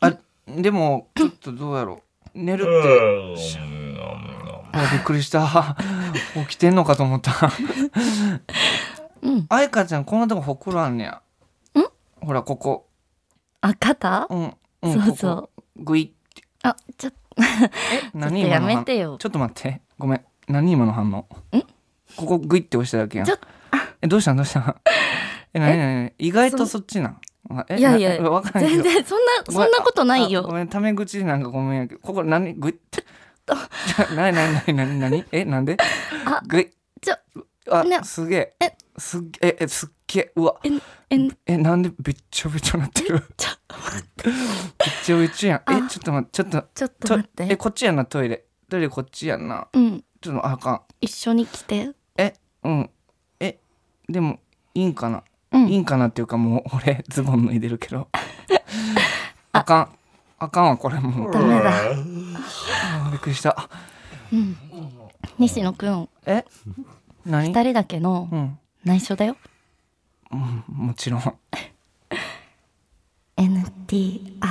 [SPEAKER 2] あでもちょっとどうやろう寝るってあびっくりした。
[SPEAKER 5] [laughs]
[SPEAKER 2] 起きてんのかと思った。
[SPEAKER 5] うん
[SPEAKER 2] あいかちゃん、こんなとこほくろあんねや。ほら、ここ。
[SPEAKER 5] あ肩
[SPEAKER 2] うん。うん、
[SPEAKER 5] そうそう
[SPEAKER 2] ここぐいって。
[SPEAKER 5] あちょっ
[SPEAKER 2] え、
[SPEAKER 5] と
[SPEAKER 2] 何今
[SPEAKER 5] や
[SPEAKER 2] の反
[SPEAKER 5] めてよ
[SPEAKER 2] ちょっと待って。ごめん。何今の反応。ここぐいって押しただけやん
[SPEAKER 5] ちょっ。
[SPEAKER 2] え、どうしたんどうした
[SPEAKER 5] [laughs]
[SPEAKER 2] んえ、なになになに意外とそっちなん。あえ
[SPEAKER 5] いやいや
[SPEAKER 2] なわからんけ
[SPEAKER 5] 全
[SPEAKER 2] ど。
[SPEAKER 5] 然そんなそんなことない
[SPEAKER 2] あご
[SPEAKER 5] よ
[SPEAKER 2] めん、タメ口なんかごめんやけど。ここ何ぐいって。なになになになになにえ、なんで
[SPEAKER 5] あ
[SPEAKER 2] ぐい。
[SPEAKER 5] ちょ
[SPEAKER 2] あ、
[SPEAKER 5] な
[SPEAKER 2] すげえ。
[SPEAKER 5] え
[SPEAKER 2] すっげえ、え、すっげえ。うわ。
[SPEAKER 5] ええ
[SPEAKER 2] え、なんでびっちょびちょなってる
[SPEAKER 5] [laughs] ちょ
[SPEAKER 2] びっちょびちょやん。え
[SPEAKER 5] あ、
[SPEAKER 2] ちょっと待って、ちょっと。
[SPEAKER 5] ちょっと
[SPEAKER 2] と
[SPEAKER 5] 待っ
[SPEAKER 2] え、
[SPEAKER 5] て
[SPEAKER 2] こっちやんな、トイレ。トイレこっちやんな。
[SPEAKER 5] うん
[SPEAKER 2] ちょっとあかん。
[SPEAKER 5] 一緒に来て
[SPEAKER 2] え、うん。え、でも、いいんかな。
[SPEAKER 5] うん
[SPEAKER 2] いいんかなっていうか、もう [laughs] 俺、ズボン脱いでるけど。あかん。あかんわ、これもう。
[SPEAKER 5] ダメだ
[SPEAKER 2] あびっくりした。
[SPEAKER 5] 西野くん
[SPEAKER 2] え何
[SPEAKER 5] 二人だけの
[SPEAKER 2] うん。
[SPEAKER 5] 内緒だよ
[SPEAKER 2] もちろん。
[SPEAKER 5] NTR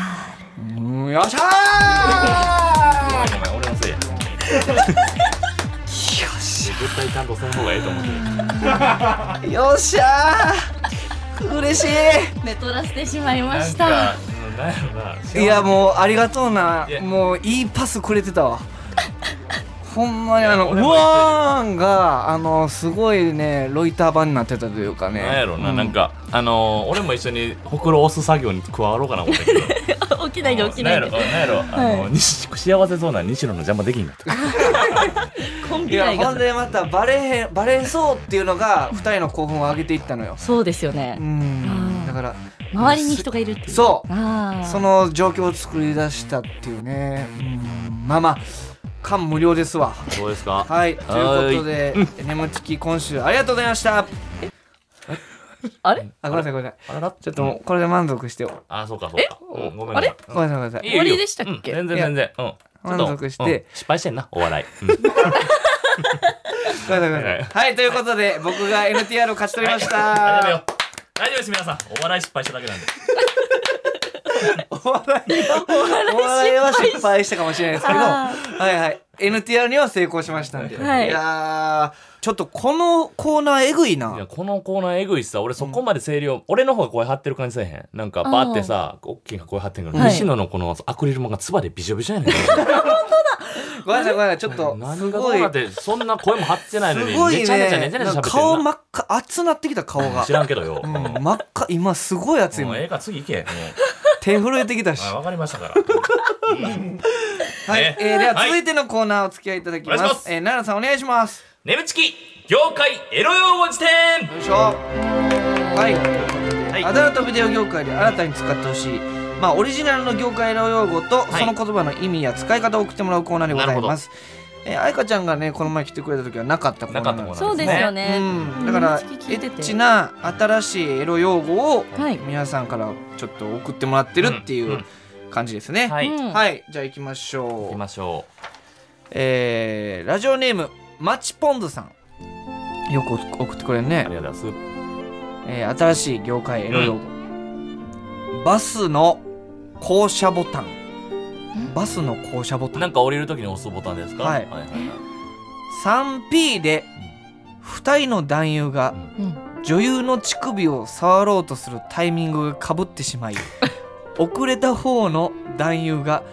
[SPEAKER 2] うん、よっしゃー
[SPEAKER 3] ごめん、俺のせいや。よし。絶対ちゃんとせん方がいいと思って。
[SPEAKER 2] よっしゃー嬉し
[SPEAKER 5] 寝取らせてしまいま
[SPEAKER 3] なん
[SPEAKER 5] し
[SPEAKER 3] か
[SPEAKER 5] た、
[SPEAKER 3] うんなんやろな。
[SPEAKER 2] いいやもうありがとうない
[SPEAKER 3] や
[SPEAKER 2] もういいパスくれてたわほんまにあの
[SPEAKER 3] い
[SPEAKER 2] ウ
[SPEAKER 3] や俺も
[SPEAKER 2] ワーンがあのすごいねロイター版になってたというかね
[SPEAKER 3] なんやろな、
[SPEAKER 2] う
[SPEAKER 3] なんか、あのー、俺も一緒にほくろ押す作業に加わろうかな思った [laughs] けど。
[SPEAKER 5] 起きないで起きない
[SPEAKER 3] なんやろ、な
[SPEAKER 5] で
[SPEAKER 3] んやろ、あのー、西幸せそうな西野の邪魔できんかった。
[SPEAKER 5] コン
[SPEAKER 2] い
[SPEAKER 5] ビ
[SPEAKER 2] や
[SPEAKER 5] 愛
[SPEAKER 2] ほん
[SPEAKER 5] が
[SPEAKER 2] でまたバレへんバレそうっていうのが2人の興奮を上げていったのよ
[SPEAKER 5] そうですよ
[SPEAKER 2] う
[SPEAKER 5] ね
[SPEAKER 2] んだから
[SPEAKER 5] 周りに人がいるっていう
[SPEAKER 2] そう
[SPEAKER 5] ああ
[SPEAKER 2] その状況を作り出したっていうね、うん、まあまあ感無量ですわ
[SPEAKER 3] どうですか。
[SPEAKER 2] はいということで「 [laughs] 眠ちき」今週ありがとうございました
[SPEAKER 5] あれ
[SPEAKER 2] あごめんなさいごめんなさい
[SPEAKER 3] あらら、ち
[SPEAKER 2] ちょっともうこれで満足してよ
[SPEAKER 3] あ、そうか、そうか。うんごめん。
[SPEAKER 5] あれ
[SPEAKER 2] ごめんなさいごめんなさ
[SPEAKER 3] い
[SPEAKER 2] い
[SPEAKER 3] いよいいよ
[SPEAKER 5] 終わりでしたっけ
[SPEAKER 3] うん全然全然。うん。ちょっと
[SPEAKER 2] 満足して
[SPEAKER 3] うん失敗してんな、お笑い。うん
[SPEAKER 2] ごめんなさいごめんなさいはいということで僕が NTR を勝ち取りまし
[SPEAKER 3] 大丈夫よ
[SPEAKER 2] た。
[SPEAKER 3] 大丈夫です、皆さん。お笑い失敗しただけなんで。
[SPEAKER 2] お笑いはお笑いは失敗したかもしれないですけど
[SPEAKER 5] あ
[SPEAKER 2] はいはい NTR には成功しましたんで、
[SPEAKER 5] はい
[SPEAKER 2] やーちょっとこのコーナーえぐい
[SPEAKER 3] いや
[SPEAKER 2] な
[SPEAKER 3] このコーナーえぐいしさ俺そこまで声量、俺の方が声張ってる感じせえへんなんかバーってさ大きい声張ってんけど、
[SPEAKER 5] はい
[SPEAKER 3] 西野のこのアクリル板が唾でびしょびしょやねん
[SPEAKER 2] ごめんなさいごめんなさいちょっとす
[SPEAKER 3] 何がど
[SPEAKER 2] ご
[SPEAKER 3] う
[SPEAKER 2] い
[SPEAKER 3] なってそんな声も張ってないのに
[SPEAKER 2] すごい
[SPEAKER 3] ねちゃねちゃ
[SPEAKER 2] ね
[SPEAKER 3] ねちゃねち
[SPEAKER 2] な
[SPEAKER 3] ゃ
[SPEAKER 2] んか
[SPEAKER 3] 喋って
[SPEAKER 2] 顔
[SPEAKER 3] ん
[SPEAKER 2] 真
[SPEAKER 3] な
[SPEAKER 2] っ赤熱なってきた顔が
[SPEAKER 3] 知らんけどよ、
[SPEAKER 2] う
[SPEAKER 3] も
[SPEAKER 2] ん真っ赤今すごい熱いうもん
[SPEAKER 3] ええから次行けもう
[SPEAKER 2] 手震えてきたし
[SPEAKER 3] あ
[SPEAKER 2] は
[SPEAKER 3] 分かりましたから
[SPEAKER 2] い
[SPEAKER 3] ね
[SPEAKER 2] えーでは
[SPEAKER 3] はい
[SPEAKER 2] 続いてのコーナーお付き合いいただきま
[SPEAKER 3] お願いしますす
[SPEAKER 2] えー奈良さんお願いします
[SPEAKER 3] 眠ちき業界エロ用語辞典
[SPEAKER 2] よいしょはい
[SPEAKER 3] はい
[SPEAKER 2] アダルトビデオ業界で新たに使ってほしいまあオリジナルの業界の用語と
[SPEAKER 3] は
[SPEAKER 2] そ
[SPEAKER 3] い
[SPEAKER 2] の言葉の意味や使い方を送ってもらうコーナーでございますえー愛花ちゃんがねこの前来てくれた時はなかったコーナー
[SPEAKER 3] なかったコーナー
[SPEAKER 5] そうですよね
[SPEAKER 2] うん、だからエ
[SPEAKER 5] うん聞いてて
[SPEAKER 2] ッチな新しいエロ用語を
[SPEAKER 5] はい
[SPEAKER 2] 皆さんからちょっと送ってもらってるってい
[SPEAKER 3] んう
[SPEAKER 2] うん感じですね、
[SPEAKER 3] はい、
[SPEAKER 5] うん
[SPEAKER 2] はい、じゃあ行きまし
[SPEAKER 3] 行
[SPEAKER 2] ょ
[SPEAKER 3] き
[SPEAKER 2] う。
[SPEAKER 3] ましょ
[SPEAKER 2] えーラジオネームマチポンズさん。よく送ってくれる
[SPEAKER 3] うあり
[SPEAKER 2] ね。
[SPEAKER 3] がとうございます
[SPEAKER 2] えー新しい業界への用語。バスの降車ボタン。バスの降車ボタ
[SPEAKER 3] なん
[SPEAKER 2] ン。
[SPEAKER 3] か降りる時に押すボタンですか
[SPEAKER 2] はい
[SPEAKER 3] はいはい
[SPEAKER 2] 3P で2人の男優が
[SPEAKER 5] うん
[SPEAKER 2] 女優の乳首を触ろうとするタイミングがかぶってし [laughs] まい遅れた方の男優が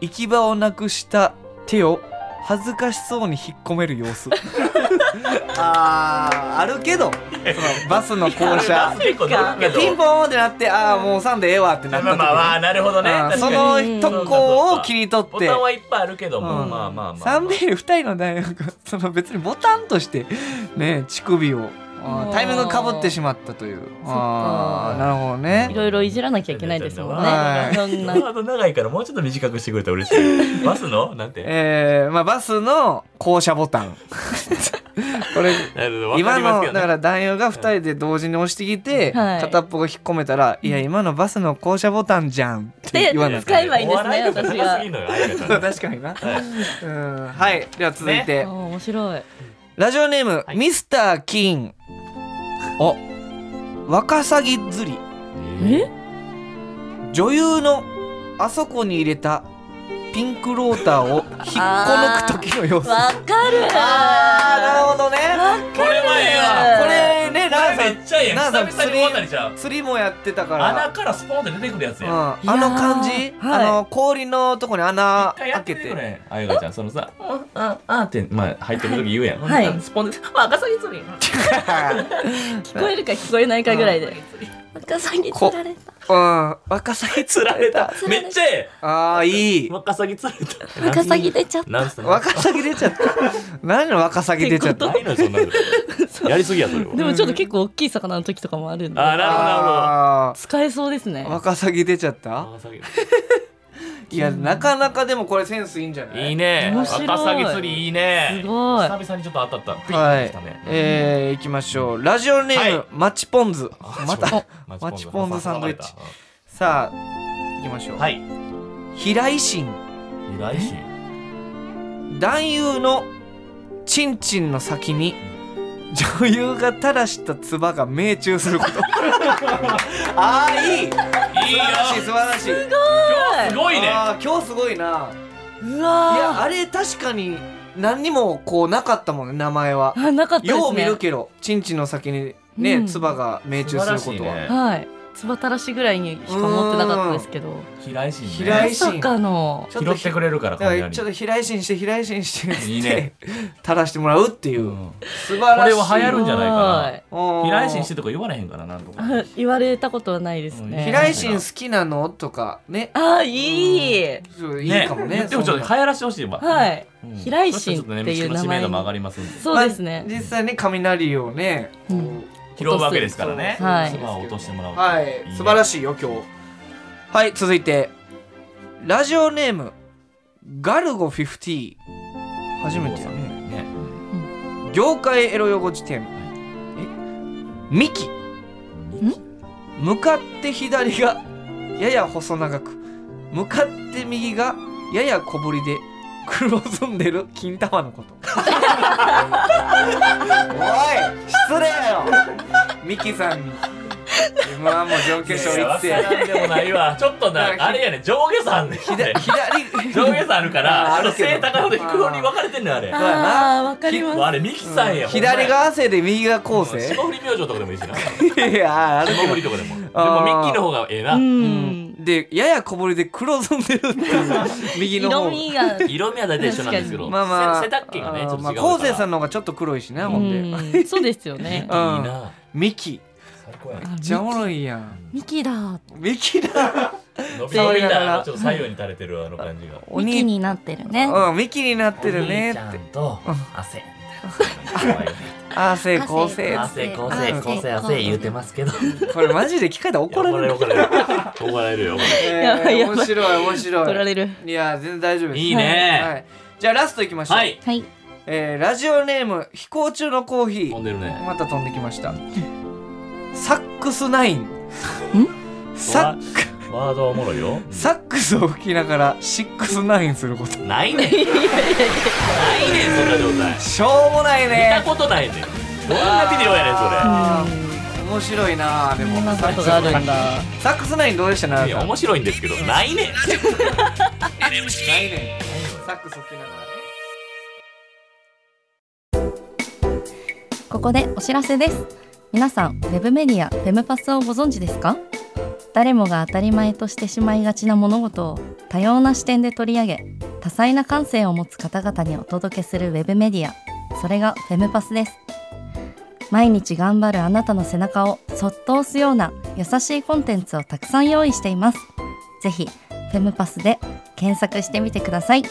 [SPEAKER 2] 行き場をなくした手を恥ずかしそうに引っ込める様子 [laughs] あーあるけど [laughs] そのバスの校舎
[SPEAKER 3] 結構出るけど
[SPEAKER 2] ピンポーンってなってああもう3でええわってな
[SPEAKER 3] まあ
[SPEAKER 2] った時、
[SPEAKER 3] まあまあなるほどね
[SPEAKER 2] あー
[SPEAKER 3] 確
[SPEAKER 2] そ
[SPEAKER 3] かに
[SPEAKER 2] の特攻を切り取っ
[SPEAKER 3] ボ
[SPEAKER 2] て
[SPEAKER 3] タンはいっぱいあるけども、
[SPEAKER 2] うん
[SPEAKER 3] まあまあまあ、まあ、
[SPEAKER 2] 3ベル2人の大学その別にボタンとしてね乳首をあータイミングかぶってしまったというああーなるほどね
[SPEAKER 5] いろいろいじらなきゃいけないですもんね。
[SPEAKER 2] はい
[SPEAKER 5] そん
[SPEAKER 3] ワ
[SPEAKER 5] な。
[SPEAKER 3] ード長いからもうちょっと短くしてくれたら嬉しいバスのなんて
[SPEAKER 2] えーまあ、バスの降車ボタ
[SPEAKER 3] [laughs]
[SPEAKER 2] ンこれ
[SPEAKER 3] なるほどわか
[SPEAKER 2] 今
[SPEAKER 3] りますけ
[SPEAKER 2] の
[SPEAKER 3] ど
[SPEAKER 2] だか
[SPEAKER 3] ね
[SPEAKER 2] ら男優が2人で同時に押してきて、
[SPEAKER 5] はい
[SPEAKER 2] 片っぽが引っ込めたら「いや今のバスの降車ボタンじゃん」って言わな
[SPEAKER 5] ら
[SPEAKER 2] い
[SPEAKER 5] で使えばいいんですね
[SPEAKER 3] お笑とか
[SPEAKER 5] 私が
[SPEAKER 3] 長すぎんのよあやかちゃんの
[SPEAKER 2] 確かにな、うんはいでは続いて、
[SPEAKER 5] あー面白い。
[SPEAKER 2] ラジオネーム、ミスター・キーンおワカサギ釣り
[SPEAKER 5] え？
[SPEAKER 2] 女優のあそこに入れたピンクローターを引っこ抜く時の様子
[SPEAKER 5] わかる。
[SPEAKER 2] あーなるほどね
[SPEAKER 3] これはええわ
[SPEAKER 2] これねラー
[SPEAKER 3] め
[SPEAKER 2] さ
[SPEAKER 3] っちゃええ
[SPEAKER 2] なあさん
[SPEAKER 3] 久々に渡りちゃ
[SPEAKER 2] ん
[SPEAKER 3] う
[SPEAKER 2] 釣りもやってたから
[SPEAKER 3] 穴からスポンって出てくるやつ
[SPEAKER 2] う
[SPEAKER 3] や、
[SPEAKER 2] ん、
[SPEAKER 3] 一
[SPEAKER 2] あの感じ、
[SPEAKER 5] はい
[SPEAKER 2] あの氷のとこに穴
[SPEAKER 3] 回や
[SPEAKER 2] 開
[SPEAKER 3] って
[SPEAKER 2] け
[SPEAKER 3] み
[SPEAKER 2] て
[SPEAKER 3] てくれあやかちゃんそのさ「うんああ」ってまあ入ってる時言うやん、
[SPEAKER 5] はい
[SPEAKER 3] ほんでスポンで「わ赤崎釣り」
[SPEAKER 5] 聞こえるか聞こえないかぐらいで。赤さんに
[SPEAKER 2] こ
[SPEAKER 5] 釣られ
[SPEAKER 2] [laughs]
[SPEAKER 5] た。
[SPEAKER 2] うんワカサギ釣られ
[SPEAKER 5] [laughs]
[SPEAKER 2] た
[SPEAKER 3] めっちゃえ
[SPEAKER 2] ああい
[SPEAKER 3] え
[SPEAKER 2] い
[SPEAKER 3] ワカサギ釣れた
[SPEAKER 5] 赤さぎ出ちゃった。
[SPEAKER 3] なんす
[SPEAKER 2] ワカサギ出ちゃった何のワカサギ出ちゃった
[SPEAKER 3] ないのよそんなのやりすぎやそれ
[SPEAKER 5] で
[SPEAKER 3] は
[SPEAKER 5] もちょっと結構大きい魚の時とかもあるんで。
[SPEAKER 3] あーなるほどなるほど
[SPEAKER 2] あ
[SPEAKER 5] 使えそうですね
[SPEAKER 2] ー。ワカサギ出ちゃった
[SPEAKER 3] ワカサギ
[SPEAKER 2] いやなかなかでもこれセンスいいんじゃない
[SPEAKER 3] いいね
[SPEAKER 5] 面
[SPEAKER 3] ワ
[SPEAKER 5] 白い
[SPEAKER 3] カサギ釣りいいね
[SPEAKER 5] すごい
[SPEAKER 3] 久々にちょっと当たった
[SPEAKER 2] は
[SPEAKER 3] ピン
[SPEAKER 2] い
[SPEAKER 3] ときたね、
[SPEAKER 2] えー、いきましょうラジオネーム、
[SPEAKER 3] はい
[SPEAKER 2] マチポンズ
[SPEAKER 3] あ
[SPEAKER 2] また
[SPEAKER 3] マ
[SPEAKER 2] マチポンズサンドイッチ
[SPEAKER 3] 挟まれ
[SPEAKER 2] さあいきましょう、
[SPEAKER 3] たはい
[SPEAKER 2] 平井心
[SPEAKER 3] 未来心
[SPEAKER 2] 男優のチンチンの先に女優が垂らした唾が命中する
[SPEAKER 3] [laughs]
[SPEAKER 2] ことああいい素
[SPEAKER 3] いい
[SPEAKER 2] 晴
[SPEAKER 3] よ
[SPEAKER 2] ら [laughs] しい素晴らしい
[SPEAKER 3] すごいね
[SPEAKER 2] あー今日すごいな
[SPEAKER 5] う
[SPEAKER 2] いや
[SPEAKER 5] わ
[SPEAKER 2] あれ確かに何にもこうなかったもんね名前は
[SPEAKER 5] ー。あなかったですね。
[SPEAKER 2] よう見るけどチンチンの先にね、
[SPEAKER 5] うん
[SPEAKER 2] 唾が命中することは、
[SPEAKER 3] 素晴らしいね
[SPEAKER 5] はい。つばたらしぐらいにしか持ってなかったですけど。
[SPEAKER 3] 平井心ね
[SPEAKER 2] 平井
[SPEAKER 5] まさかの。
[SPEAKER 2] ちょっ
[SPEAKER 3] 拾
[SPEAKER 2] と
[SPEAKER 3] ってくれるか
[SPEAKER 2] だ
[SPEAKER 3] ら
[SPEAKER 2] か
[SPEAKER 3] 雷
[SPEAKER 2] らちょっと平井心して平井心してっつって
[SPEAKER 3] [laughs] いいね
[SPEAKER 2] 垂らしてもらうっていう、
[SPEAKER 3] うん
[SPEAKER 2] 素晴らしい
[SPEAKER 3] これは流行るんじゃないかな
[SPEAKER 5] はい
[SPEAKER 2] うん
[SPEAKER 3] 平井心してとか言われへんからなんとか
[SPEAKER 5] あ [laughs] 言われたことはないです
[SPEAKER 3] うん
[SPEAKER 5] ね。
[SPEAKER 2] 平井心好きなのとかね
[SPEAKER 5] あーいい。
[SPEAKER 2] そういいかもね
[SPEAKER 3] でもちょっ
[SPEAKER 2] そ
[SPEAKER 3] と
[SPEAKER 2] んな
[SPEAKER 3] 流行らしてほしいわ
[SPEAKER 5] はい。
[SPEAKER 3] うん
[SPEAKER 5] 平井心っていう名
[SPEAKER 3] そしたらちょっとね知名
[SPEAKER 5] 前
[SPEAKER 3] 度も上がりますんで
[SPEAKER 5] そうですね
[SPEAKER 2] まあ。実際ね雷をね、こう
[SPEAKER 5] うん
[SPEAKER 3] 拾うわけですからね
[SPEAKER 5] はい
[SPEAKER 3] 唾を落としてもらう
[SPEAKER 2] はい素晴ら
[SPEAKER 3] しい
[SPEAKER 2] しいよ今日はい続いてラジオネームガルゴ50初めてやね
[SPEAKER 3] ねね
[SPEAKER 2] 業界エロ用語辞典えミキ向かって左がやや細長く向かって右がやや小ぶりで黒ずんでる金玉のことおい失礼よミキさんに m 1も準決勝行って
[SPEAKER 3] いやわからんでもないわちょっ
[SPEAKER 2] だ
[SPEAKER 3] と
[SPEAKER 2] からひ
[SPEAKER 3] なあれやね上下さんね
[SPEAKER 2] 左左
[SPEAKER 3] 上下さんあるか
[SPEAKER 2] あ
[SPEAKER 3] ら
[SPEAKER 2] あ
[SPEAKER 3] ち
[SPEAKER 2] る
[SPEAKER 3] ょっと
[SPEAKER 2] けど
[SPEAKER 3] 背高いほど低い方に分かれてんねんあれ
[SPEAKER 2] うやな
[SPEAKER 5] ああーわかりま
[SPEAKER 3] あれミキさんやほんまや
[SPEAKER 2] 左が汗で右が昴生
[SPEAKER 3] 霜降り明星とかでもいいしな
[SPEAKER 2] いやある
[SPEAKER 3] 霜降りとかでもでもミッ
[SPEAKER 2] あー
[SPEAKER 3] キーの方がええ
[SPEAKER 5] す。う。
[SPEAKER 3] なん
[SPEAKER 2] でやや小ぶりで黒ずんでるっていう
[SPEAKER 5] [laughs]
[SPEAKER 2] 右の方
[SPEAKER 5] 色味が。
[SPEAKER 3] 色味は大体一緒なんですけど
[SPEAKER 2] まあまあ
[SPEAKER 3] 背背丈がねちょっと違う
[SPEAKER 2] まあ
[SPEAKER 3] から
[SPEAKER 2] 昴生さんの方がちょっと黒いしねほんで
[SPEAKER 5] うんそうですよね。
[SPEAKER 2] うん
[SPEAKER 3] いいな
[SPEAKER 2] ミキ
[SPEAKER 3] 最高や
[SPEAKER 5] あ
[SPEAKER 3] な
[SPEAKER 5] ミ
[SPEAKER 2] [laughs]
[SPEAKER 5] キ
[SPEAKER 2] じゃおもろいやん
[SPEAKER 5] ミキだ。
[SPEAKER 2] ミキ
[SPEAKER 5] [laughs]
[SPEAKER 2] だ
[SPEAKER 3] 伸び伸びたちょっと左右に垂れてるあの感じが
[SPEAKER 2] お
[SPEAKER 4] ミキ
[SPEAKER 2] 兄
[SPEAKER 4] になってるね。
[SPEAKER 2] うんミキになってるね
[SPEAKER 3] お兄
[SPEAKER 2] っ
[SPEAKER 3] ちゃん
[SPEAKER 2] て
[SPEAKER 3] と汗みたいな可愛いね
[SPEAKER 2] 汗昴生
[SPEAKER 3] 汗
[SPEAKER 4] 汗
[SPEAKER 3] こせこせ汗言うてますけど
[SPEAKER 2] これマジで聞かれたら怒られる
[SPEAKER 3] 怒られる怒られるよ
[SPEAKER 5] やばい
[SPEAKER 2] えー
[SPEAKER 5] やばい
[SPEAKER 2] 面白い面
[SPEAKER 5] 取ら
[SPEAKER 2] 白い
[SPEAKER 5] れる。
[SPEAKER 2] いや全然大丈夫です
[SPEAKER 3] いいね
[SPEAKER 2] はいじゃあラストいきましょう
[SPEAKER 3] はい
[SPEAKER 4] はい。
[SPEAKER 2] えーラジオネーム飛行中のコーヒ
[SPEAKER 3] 飛ん
[SPEAKER 2] ー
[SPEAKER 3] でるね
[SPEAKER 2] また飛んできましたサックスナインサック
[SPEAKER 3] ワードはおもろいよ
[SPEAKER 2] サックスを吹きながらシックスナインすること
[SPEAKER 3] ないねんないねんそんな状態
[SPEAKER 2] しょうもない
[SPEAKER 3] 見た
[SPEAKER 2] ね
[SPEAKER 3] ことないねんどんなビデオやねんそれ
[SPEAKER 2] あー面白いなでも
[SPEAKER 5] こんなことがあるんだ。
[SPEAKER 2] サックスナインどうでしたないあ
[SPEAKER 3] や
[SPEAKER 2] なた
[SPEAKER 3] 面白いんですけどないね
[SPEAKER 2] ない
[SPEAKER 3] ん
[SPEAKER 2] ねサックス吹きながらね
[SPEAKER 6] ここでお知らせです皆さんウェブメディアフェムパスをご存知ですか誰もが当たり前としてしまいがちな物事を多様な視点で取り上げ多彩な感性を持つ方々にお届けするウェブメディアそれがフェムパスです毎日頑張るあなたの背中をそっと押すような優しいコンテンツをたくさん用意していますぜひフェムパスで検索してみてください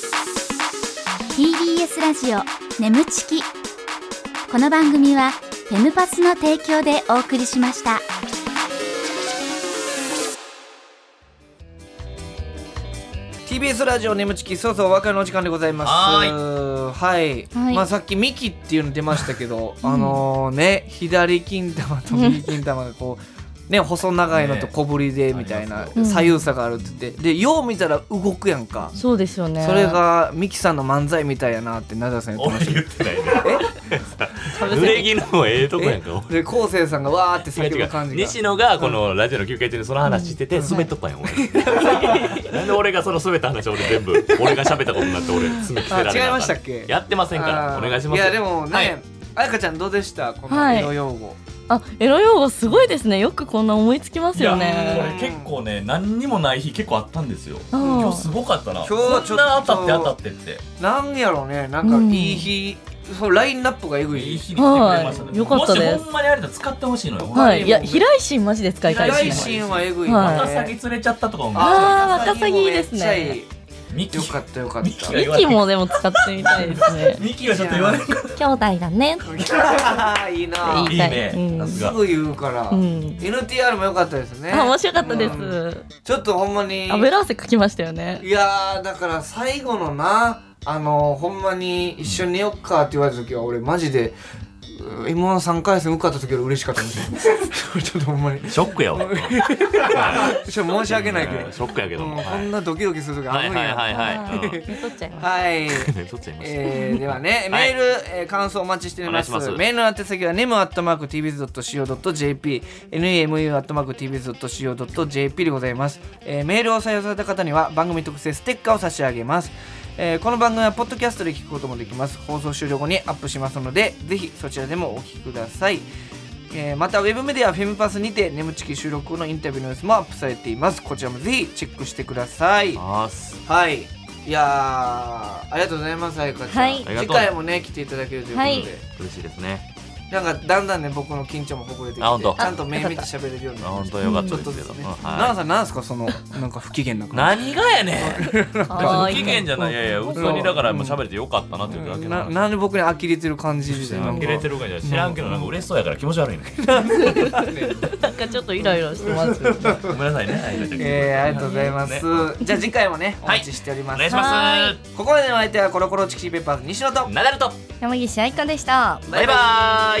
[SPEAKER 4] 「TBS ラジオ眠ちき」この番組はフェムパスの提供でお送りしました。
[SPEAKER 2] TBS ラジオ眠ちきそうそうお別れのお時間でございます
[SPEAKER 3] は
[SPEAKER 2] は
[SPEAKER 6] は
[SPEAKER 2] い
[SPEAKER 6] い
[SPEAKER 2] まあさっきミキっていうの出ましたけど、あのね左金玉と右金玉がこう [laughs] ね細長いのと小ぶりでみたいな
[SPEAKER 5] ね
[SPEAKER 2] 左右差があるって言ってでよう見たら動くやんか
[SPEAKER 5] そうですよね
[SPEAKER 2] それがミキさんの漫才みたいやなってな田さん言ってました
[SPEAKER 3] 俺言ってないね濡れ着のええとこやんか
[SPEAKER 2] えで昴生さんがわーって
[SPEAKER 3] 違う
[SPEAKER 2] 叫
[SPEAKER 3] 違
[SPEAKER 2] ぶ感
[SPEAKER 3] う
[SPEAKER 2] じが
[SPEAKER 3] 西野がこのラジオの休憩中にその話してて滑っとったんや俺なんで俺がその滑った話俺全部俺が喋ったことになって俺爪着せられなあかん
[SPEAKER 2] あ違いましたっけ
[SPEAKER 3] やってませんから
[SPEAKER 2] あ
[SPEAKER 3] お
[SPEAKER 2] ー
[SPEAKER 3] 願いしますよ
[SPEAKER 2] やでも
[SPEAKER 3] は
[SPEAKER 2] ね
[SPEAKER 3] い
[SPEAKER 2] あやかちゃんどうでしたこの
[SPEAKER 5] はい
[SPEAKER 2] 色用語
[SPEAKER 5] あエロ用語すごいですねよくこんな思いつきます
[SPEAKER 3] いや
[SPEAKER 5] よ
[SPEAKER 3] こ
[SPEAKER 5] ね
[SPEAKER 3] れ結構ね何にもない日結構あったんですよ
[SPEAKER 5] うん
[SPEAKER 3] 今日すごかったな
[SPEAKER 2] 今日はちょっと
[SPEAKER 3] こんな当たって当たってって
[SPEAKER 2] なんやろうねなんか
[SPEAKER 5] うん
[SPEAKER 2] いい日そうラインナップがえぐい
[SPEAKER 3] いい日に来てくれましたね、
[SPEAKER 5] はいよかったで
[SPEAKER 3] も
[SPEAKER 5] す
[SPEAKER 3] しほんまにあれだ使ってほしいのよ、
[SPEAKER 5] はいいや
[SPEAKER 2] もう
[SPEAKER 5] 平井心マジで使いたい
[SPEAKER 2] ライ
[SPEAKER 5] ですね
[SPEAKER 2] シンはえぐい
[SPEAKER 5] はい
[SPEAKER 3] また先連れちゃったとかも
[SPEAKER 5] あー
[SPEAKER 2] ワカサギも
[SPEAKER 5] ワカサギいいですね
[SPEAKER 2] めっちゃいい
[SPEAKER 3] ミキ
[SPEAKER 2] よかったよかっ
[SPEAKER 5] [laughs]
[SPEAKER 3] ミキ
[SPEAKER 2] た
[SPEAKER 3] が言われ
[SPEAKER 5] 息もでも使ってみたいですね
[SPEAKER 3] ミキがちょっと言われる
[SPEAKER 5] 兄弟だねって
[SPEAKER 2] いいな
[SPEAKER 5] 言
[SPEAKER 3] い
[SPEAKER 5] い
[SPEAKER 3] い
[SPEAKER 5] たい
[SPEAKER 3] ね
[SPEAKER 5] うん
[SPEAKER 3] さす
[SPEAKER 2] す
[SPEAKER 3] が
[SPEAKER 2] ぐ言うから
[SPEAKER 5] うん、
[SPEAKER 2] NTR も良かったですね
[SPEAKER 5] あ面白かったです、
[SPEAKER 2] うんちょっとほんまに
[SPEAKER 5] 油汗かきましたよね
[SPEAKER 2] いやーだから最後のなあのほんまに一緒に寝よっかって言われた時は俺マジで m 1 3回戦受かった時より嬉しかったかもしれないちょっとほんま [laughs] にちょ
[SPEAKER 3] ショックやわ
[SPEAKER 2] っと申し訳ないけど、
[SPEAKER 3] ショックやけど
[SPEAKER 2] うん
[SPEAKER 3] も、
[SPEAKER 2] こ
[SPEAKER 3] はい
[SPEAKER 2] んなドキドキする時あ
[SPEAKER 3] はい
[SPEAKER 2] るん
[SPEAKER 3] はい
[SPEAKER 2] や
[SPEAKER 3] はいはい、うん [laughs]
[SPEAKER 5] 取っちゃいま
[SPEAKER 2] はい
[SPEAKER 3] 撮っちゃいました。
[SPEAKER 2] えー、ではね、
[SPEAKER 3] [laughs] は
[SPEAKER 2] メ
[SPEAKER 3] い
[SPEAKER 2] ール、えー感想お待ちしております
[SPEAKER 3] お願いします
[SPEAKER 2] メールの宛先は nemu.tbs.co.jp nemu.tbs.co.jp でございます、えーメールを採用された方には番組特製ステッカーを差し上げます、えーこの番組はポッドキャストで聞くこともできます放送終了後にアップしますのでぜひそちらでもお聞きくださいえーまたウェブメディアフェムパスにて眠ちき収録後のインタビューの様子もアップされていますこちらもぜひチェックしてください
[SPEAKER 3] あーす
[SPEAKER 2] はい。いやーありがとうございます、あゆかちゃん。
[SPEAKER 6] はい
[SPEAKER 2] 次回もね、来ていただけるということで。
[SPEAKER 6] はい
[SPEAKER 3] 嬉しいですね。
[SPEAKER 2] なんか、だんだんね、僕の緊張もほぐれてきて、ち
[SPEAKER 3] あ本当
[SPEAKER 2] ゃんと目見て喋れるように
[SPEAKER 3] あ
[SPEAKER 2] なりま
[SPEAKER 3] 本
[SPEAKER 2] し
[SPEAKER 3] 当
[SPEAKER 2] た。
[SPEAKER 3] によかった
[SPEAKER 2] ちょ
[SPEAKER 3] で
[SPEAKER 2] っと
[SPEAKER 3] す
[SPEAKER 2] です
[SPEAKER 3] けど。
[SPEAKER 2] ね。
[SPEAKER 3] うん
[SPEAKER 2] 奈
[SPEAKER 3] は。
[SPEAKER 2] 々さん、なんすか、その、なんか不機嫌ない感
[SPEAKER 3] 何がやねん。別
[SPEAKER 5] 可
[SPEAKER 3] に
[SPEAKER 5] 愛い
[SPEAKER 3] 不機嫌じゃない。いやいや、普通にだから、もう喋れてよかったなっていうだけ
[SPEAKER 2] じ。
[SPEAKER 3] な
[SPEAKER 2] な、
[SPEAKER 3] んで。
[SPEAKER 2] なんで僕に呆れてる感じ
[SPEAKER 3] 知
[SPEAKER 2] で、
[SPEAKER 3] ら
[SPEAKER 2] なんん
[SPEAKER 3] け
[SPEAKER 2] か
[SPEAKER 3] ど、。てるかじゃ、知らんけど、なんか嬉しそうやから、気持
[SPEAKER 2] [laughs]
[SPEAKER 3] ち悪いね。
[SPEAKER 5] すなんかちょっとイライラしてます
[SPEAKER 3] ごめんなさいね。はいじゃあ
[SPEAKER 2] えー、ありがとうございます。
[SPEAKER 3] ね
[SPEAKER 2] じゃあ、次回もね、お
[SPEAKER 3] はい
[SPEAKER 2] 待ちしておりま
[SPEAKER 3] お
[SPEAKER 2] す。
[SPEAKER 3] 願いしま
[SPEAKER 2] ここまでのお相手は、コロコロチキシーペッパーズ西野と
[SPEAKER 3] す。。ナダルと。
[SPEAKER 6] 山岸愛香でした
[SPEAKER 3] バイバーイ。